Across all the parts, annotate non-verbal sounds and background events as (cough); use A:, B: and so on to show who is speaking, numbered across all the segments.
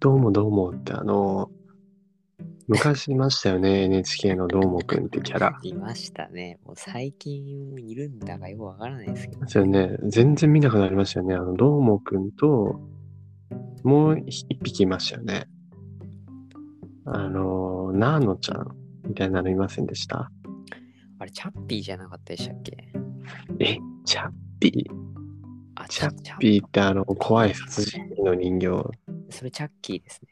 A: どうもどうもってあの、昔いましたよね、NHK (laughs) のどーもくんってキャラ。
B: いましたね。もう最近もいるんだがよくわからないですけど。
A: ですよね、全然見なくなりましたよね。あの、どーもくんと、もう一匹いましたよね。あの、なーのちゃんみたいなのいませんでした
B: あれ、チャッピーじゃなかったでしたっけ
A: え、チャッピー
B: あ、
A: チャッピーってあの、怖い殺人鬼の人形。
B: ー。それチャッキーですね。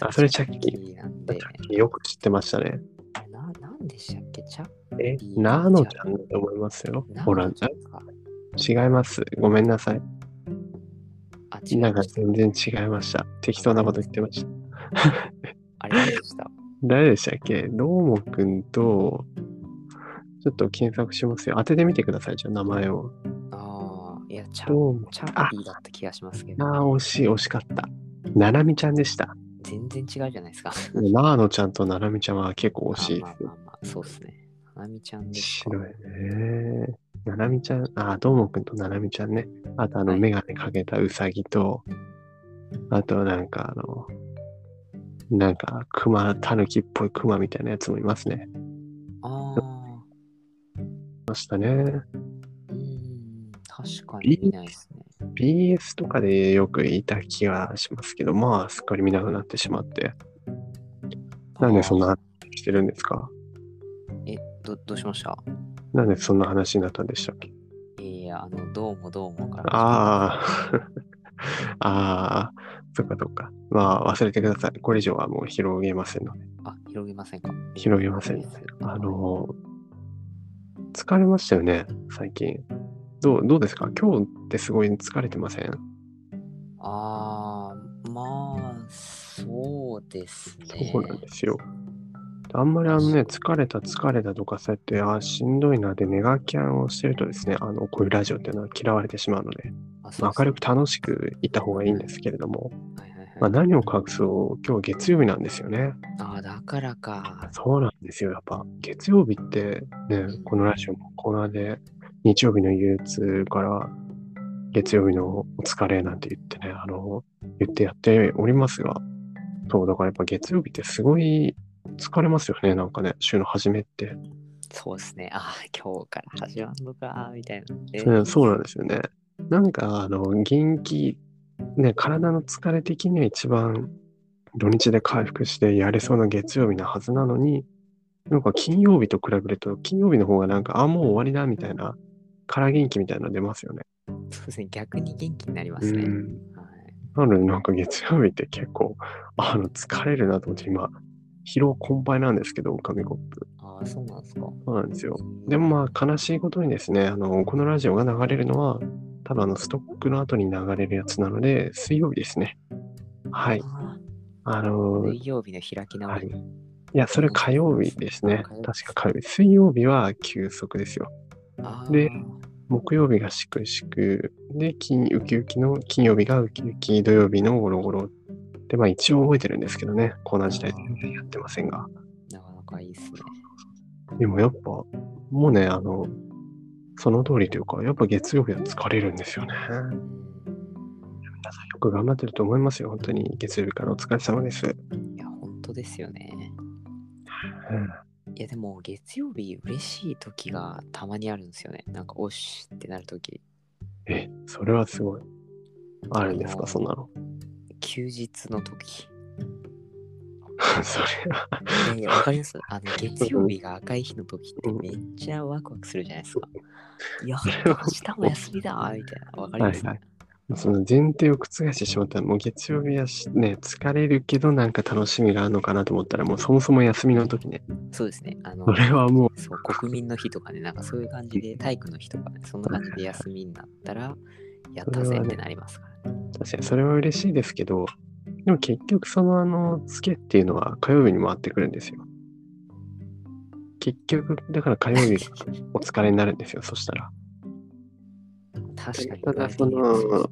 A: あそれチャッキー
B: ーなんで、
A: よく知ってましたね。
B: な、なんでしたっけチャッ
A: え、なーのちゃんだと思いますよ。
B: な
A: ほら、
B: ちゃんか。
A: 違います。ごめんなさい。
B: あ、違
A: なん
B: う
A: か。全然違いました。適当なこと言ってました。
B: あれでした。
A: 誰でしたっけどーもくんと、ちょっと検索しますよ。当ててみてください、じゃあ名前を。
B: ああ、いや、チャ
A: どうも
B: チャッピーだった気がしますけど、
A: ああ、惜しい、惜しかった。ななみちゃんでした。
B: 全然違うじゃないですか。
A: なあのちゃんとななみちゃんは結構惜しい
B: あまあまあまあ、そうですね。花見ちゃんで
A: です。
B: すか
A: 白いね。ななみちゃん、ああ、どーもくんとななみちゃんね。あと、あの、
B: はい
A: メガネかけたうさぎと、あと、なんか、あの、なんか、熊、たぬきっぽい熊みたいなやつもいますね。
B: ああ、
A: いましたね。
B: うーん、確かに見ないですね。
A: BS とかでよくいた気がしますけど、まあ、すっかり見なくなってしまって。なんでそんな話してるんですか
B: え、ど、どうしました
A: なんでそんな話になったんでしたっけ
B: いや、あの、どうもどうもから。
A: ああ、 (laughs) ああ、そっかそっか。まあ、忘れてください。これ以上はもう広げませんので。
B: あ、広げませんか。
A: 広げませんね。あの、疲れましたよね、最近。どうどうですか今日ってすごい疲れてません
B: ああ、まあ、そうですね。
A: そうなんですよ。あんまりあのね、疲れた疲れたとかそうやって、あーしんどいなってネガキャンをしてるとですね、あの、こういうラジオっていうのは嫌われてしまうので、
B: あ
A: まあ明るく
B: て。
A: 楽しくいった方がいいんですけれども、
B: はいはいは
A: まあ
B: い、
A: 何を隠そう、今日月曜日なんですよね。
B: ああ、だからか。
A: そうなんですよ、やっぱ。月曜日ってね、このラジオもコーナーで、日曜日の憂鬱から、月曜日のお疲れなんて言ってね、あの、言ってやっておりますが、そう、だからやっぱ月曜日ってすごい疲れますよね、なんかね、週の初めって。
B: そうですね。ああ、今日から始まるのか、みたいな。え
A: ねそうなんですよね。なんか、あの、元気、ね、体の疲れ的には一番土日で回復してやれそうな月曜日なはずなのに、なんか金曜日と比べると、金曜日の方がなんか、あ、もう終わりだみたいな、から元気みたいなの出ますよね。
B: そうですね。逆に元気になりま
A: う
B: すね。
A: ん。
B: はい
A: なので、なんか月曜日って結構、あの、疲れるなと思って、今、疲労困憊なんですけど、紙コップ。
B: ああ、そうなんですか。
A: そうなんですよ。でもまあ悲しいことにですね、あの、このラジオが流れるのは、多分あの、ストックの後に流れるやつなので、水曜日ですね。はい。
B: あ
A: あ
B: ー、
A: の、い
B: 水曜日の開き直り。
A: や、それ火曜日ですね
B: 火曜。日
A: 確か火曜日。水曜日は休息ですよ。
B: ああ、
A: で木曜日がしくしく、で、金、ウキウキの、金曜日がウキウキ、土曜日のゴロゴロ。で、まあ一応覚えてるんですけどね、コーナー自体全然やってませんが。
B: なかなかいいですね。
A: でもやっぱ、もうね、あの、その通りというか、やっぱ月曜日は疲れるんですよね。
B: うん
A: 皆さんよく頑張ってると思いますよ。本当に月曜日からお疲れ様です。
B: いや、本当ですよね。いや、でも月曜日嬉しい時がたまにあるんですよね。なんか、おっしってなる時。
A: え、それはすごい。あるんですか、そんなの。 (laughs)
B: 休日の時。
A: それは。
B: いやいや、わかりますあの、月曜日が赤い日の時ってめっちゃワクワクするじゃないですか。いや、明日も休みだみたいな。わかります、
A: はいその前提を覆してしまったら、もう月曜日はしね、疲れるけどなんか楽しみがあるのかなと思ったら、もうそもそも休みの時ね。
B: そうですね。あの
A: そ、れはもう、
B: そう、国民の日とかね、なんかそういう感じで、体育の日とかね、そんな感じで休みになったら、やったぜってなりますから。
A: 確かにそれは嬉しいですけど、でも結局そのあの、つけっていうのは火曜日に回ってくるんですよ。結局、だから火曜日お疲れになるんですよ、そしたら。
B: 確かに。
A: ただその、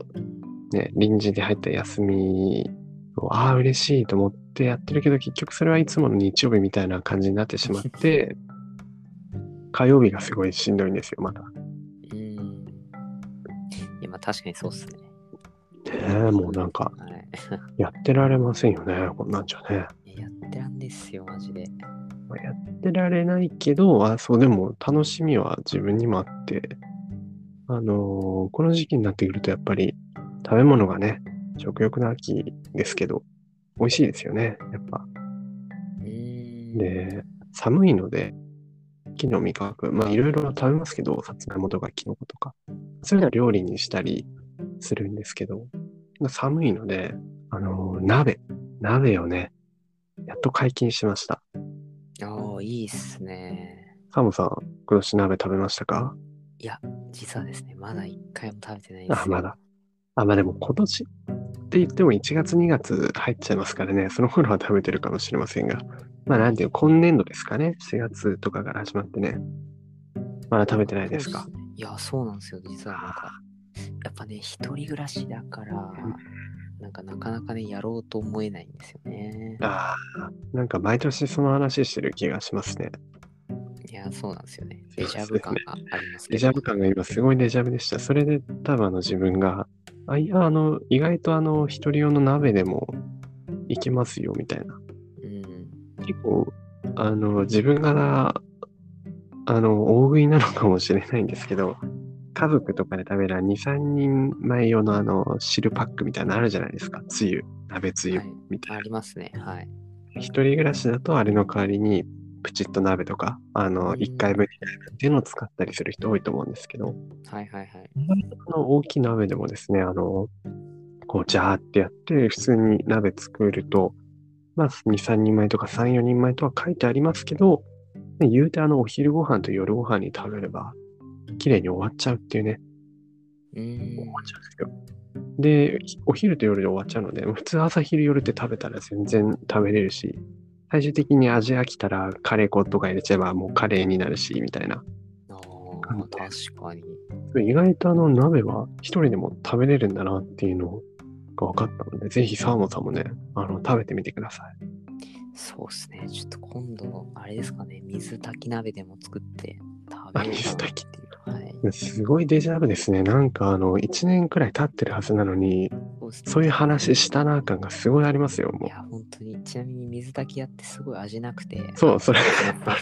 A: ね、臨時で入った休みを、ああ、嬉しいと思ってやってるけど、結局それはいつもの日曜日みたいな感じになってしまって、火曜日がすごいしんどいんですよ、また。
B: うん。いや、まあ確かにそうっすね。
A: ねえもうなんか、
B: はい。
A: やってられませんよね、こんなんじゃね。
B: いややってらんねえっすよ、マジで。
A: まあやってられないけど、あ、そう、でも楽しみは自分にもあって、あのーこの時期になってくるとやっぱり食べ物がね、食欲の秋ですけど、美味しいですよね、やっぱ。
B: うーん。
A: で、寒いので、木の味覚、まあいろいろ食べますけど、さつまいもとかキノコとか、そういうのは料理にしたりするんですけど、寒いので、あのー鍋、鍋をね、やっと解禁しました。
B: ああ、いいっすね。
A: サモさん、今年鍋食べましたか
B: いや、実はですね、まだ一回も食べてないですよ。
A: あ、まだ。あ、まあでも今年って言っても1月2月入っちゃいますからね、その頃は食べてるかもしれませんが、まあなんていう、今年度ですかね、4月とかから始まってね、まだ食べてないですか
B: そう。っね。いや、そうなんですよ、実はなんか。やっぱね、一人暮らしだから、なんかなかなかね、やろうと思えないんですよね。
A: ああ、なんか毎年その話してる気がしますね。
B: いや、そうなんですよね。
A: そう
B: デ
A: です
B: ジ
A: ね
B: ャブ感がありますけど。
A: デジャブ感が今すごいデジャブでした。それで多分あの自分が、あ、いや、あの、意外とあの、一人用の鍋でもいけますよ、みたいな。
B: うん。
A: 結構あの自分があの大食いなのかもしれないんですけど家族とかで食べる23人前用のあの汁パックみたいなのあるじゃないですかつゆ鍋つゆ
B: はい
A: みたい
B: ありますね。はい。
A: な、一人暮らしだとあれの代わりにプチッと鍋とかあ
B: う
A: の
B: ん
A: 1回分っていうのを使ったりする人多いと思うんですけど、
B: はいはいはい。
A: あの大きい鍋でもですね、あの、こう、ジャーってやって、普通に鍋作ると、まあ、2、3人前とか3、4人前とは書いてありますけど、ね言うて、あの、お昼ご飯と夜ご飯に食べれば、綺麗に終わっちゃうっていうね、
B: うーん。
A: ゃうんですよ。で、お昼と夜で終わっちゃうので、普 (laughs) 通朝昼夜って食べたら全然食べれるし、最終的に味飽きたらカレー粉とか入れちゃえばもうカレーになるし、みたいな。
B: ああ、確かに。
A: 意外とあの鍋は一人でも食べれるんだなっていうのが分かったので、ぜひサーモンさんもね、あの食べてみてください。
B: そうですね。ちょっと今度、あれですかね、水炊き鍋でも作って食
A: あ
B: べよう
A: 水
B: かなっ
A: 炊
B: ていう。はい。
A: すごいデジャブですね。なんかあの、1年くらい経ってるはずなのに、
B: そうですね
A: そういう話したな感がすごいありますよ、
B: い
A: も。
B: うや、本当に、ちなみに水炊き屋ってすごい味なくて。
A: そう、それ、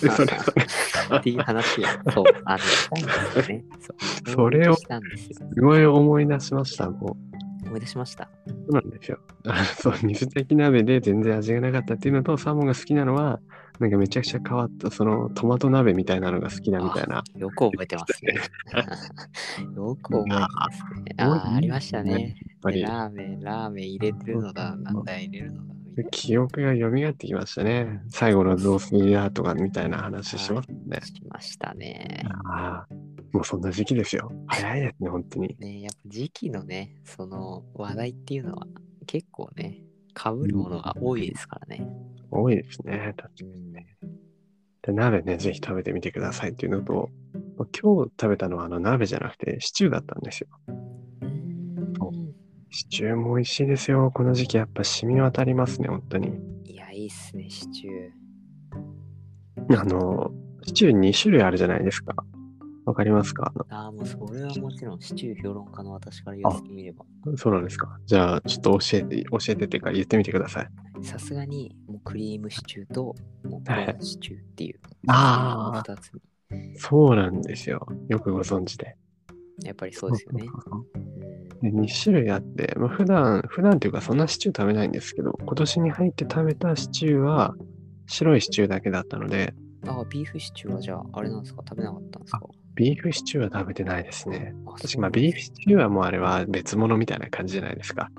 A: それ、それ、
B: っていう話を、そう、あの、したんですよね。そう
A: それを
B: したんですよ。
A: すごい思い出しました、もう。
B: 思い出しました。
A: そうなんですよ。 (laughs) あそう、水炊き鍋で全然味がなかったっていうのと、サーモンが好きなのは、なんかめちゃくちゃ変わった、そのトマト鍋みたいなのが好きだみたいな。
B: あよく覚えてます
A: (laughs)
B: ね。よく覚えてますね。
A: あ
B: ああ、ありました
A: いい
B: ね。
A: やっぱ
B: で
A: り
B: ラーメン、ラーメン入れてるのだ、なんだ入れるのだ。みたいな
A: 記憶が蘇ってきましたね。最後の雑炊だとかみたいな話しますもんね。
B: しましたね。
A: ああ、もうそんな時期ですよ。早いですね、本当に。
B: ねやっぱ時期のね、その話題っていうのは結構ね、かぶるものが多いですからね。
A: 多いですね。だって
B: うん
A: で鍋ね、ぜひ食べてみてくださいっていうのと、今日食べたのはあの鍋じゃなくてシチューだったんですよ。
B: うん
A: シチューも美味しいですよ。この時期やっぱ染み渡りますね、本当に。
B: いや、いいっすね、シチュー。
A: あの、シチュー2種類あるじゃないですか。わかりますか
B: ああ、もうそれはもちろん、シチュー評論家の私から言わせてみれば、
A: あのそうなんですか。じゃあ、ちょっと教えて、教えてっていうか言ってみてください。
B: さすがにもうクリームシチューともうコ
A: はい
B: ーンシチューっていう、
A: あー
B: 2つに。
A: そうなんですよ。よくご存知で。
B: やっぱりそうですよね。
A: で2種類あって、まあ、普段普段というかそんなシチュー食べないんですけど今年に入って食べたシチューは白いシチューだけだったので
B: うんああ、ビーフシチューはじゃあ、あれなんですか食べなかったんですか
A: ビーフシチューは食べてないですね
B: あ
A: 確
B: そ
A: か
B: うな
A: まあ
B: んです
A: ビーフシチューはもうあれは別物みたいな感じじゃないですか、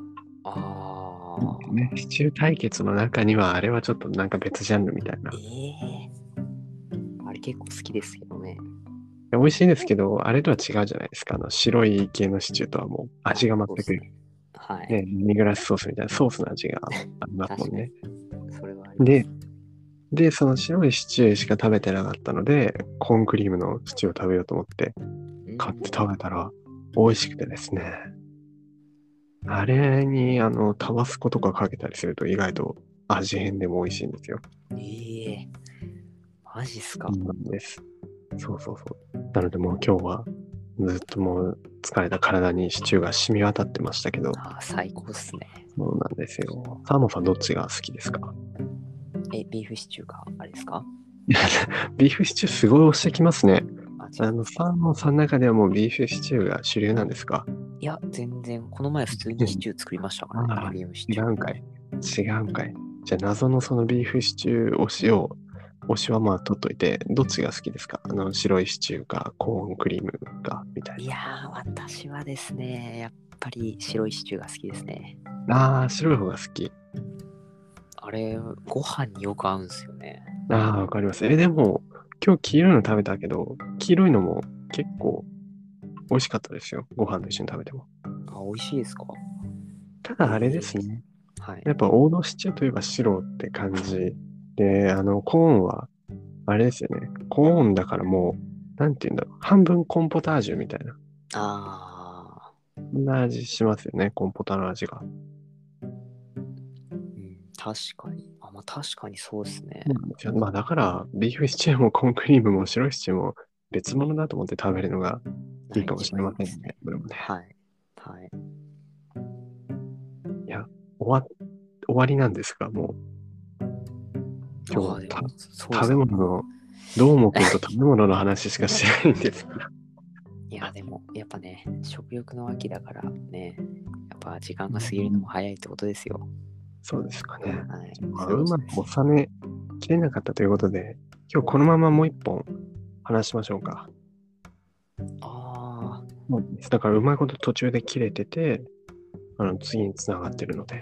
B: ああ。
A: ね、シチュー対決の中にはあれはちょっとなんか別ジャンルみたいな
B: ええあれ結構好きですけどね。
A: 美味しいんですけどあれとは違うじゃないですかあの白い系のシチューとはもう味が全
B: そうっす
A: く、
B: ねはい。
A: ね、ミグラスソースみたいなソースの
B: (laughs)
A: 味がありますもんね
B: 確かにそれはあります
A: で、で、その白いシチューしか食べてなかったので、コーンクリームのシチューを食べようと思って、
B: うん
A: 買って食べたら、美味しくてですね。あれに、あの、タバスコとかかけたりすると、意外と味変でも美味しいんですよ。
B: ええマジっすか。
A: そうなんです。そうそうそう。なので、もう今日は、ずっともう疲れた体にシチューが染み渡ってましたけど、
B: あー最高っすね。
A: そうなんですよ。サーモンさんどっちが好きですか
B: え、ビーフシチューかあれですか
A: ビーフシチューすごい押してきますね。
B: あ違う
A: あの、サーモンさんの中ではもうビーフシチューが主流なんですか
B: いや、全然、この前普通にシチュー作りましたからね、
A: あー
B: アリウムシチ
A: 違
B: ュー。
A: うんかい違うんかいじゃあ謎のそのビーフシチュー推しを、推しはまあ取っといて、どっちが好きですかあの、白いシチューか、コーンクリームか、みたい
B: いやー、私はですね、やっぱり白いシチューが好きですね。
A: な。ああー、白い方が好き。
B: あれ、ご飯によく合うんすよね。
A: ああ、わかります。え、でも、今日黄色いの食べたけど、黄色いのも結構美味しかったですよ。ご飯と一緒に食べても。
B: あ、美味しいですか
A: ただあれですね。
B: はい。
A: やっぱ王道シチューといえば白って感じで、あの、コーンは、あれですよね。コーンだからもう、なんて言うんだろう。半分コンポタージュみたいな。
B: あ
A: そんな味しますよね。コンポタの味が。
B: ー、うん、確かに。あ、まあ確かにそうですね。
A: まあだから、ビーフシチューもコーンクリームも白いシチューも別物だと思って食べるのがいいかもしれませんね。これもね。
B: はい。はい。
A: 終わ、終わりなんですかもう。今日は
B: あーで
A: た
B: もそうっ
A: 食
B: す
A: べ
B: ね
A: 物の、どーもくんと食べ物の話しかしてないんですが。
B: いや、でも、やっぱね、食欲の秋だからね、やっぱ時間が過ぎるのも早いってことですよ。
A: (laughs) そうですかね。
B: はい。
A: まあ、
B: そう
A: う
B: いうこ
A: ま
B: とです
A: く収めきれなかったということで、今日このままもう一本話しましょうか。
B: あ
A: だからうまいこと途中で切れてて、あの次につながってるので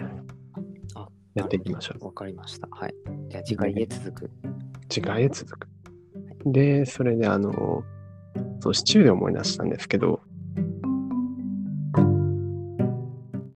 B: あ、
A: やっていきましょう。
B: う。わかりました。はい。じゃあ次回へ続く。
A: 次回へ続く。で、それであの、そう、シチューで思い出したんですけど、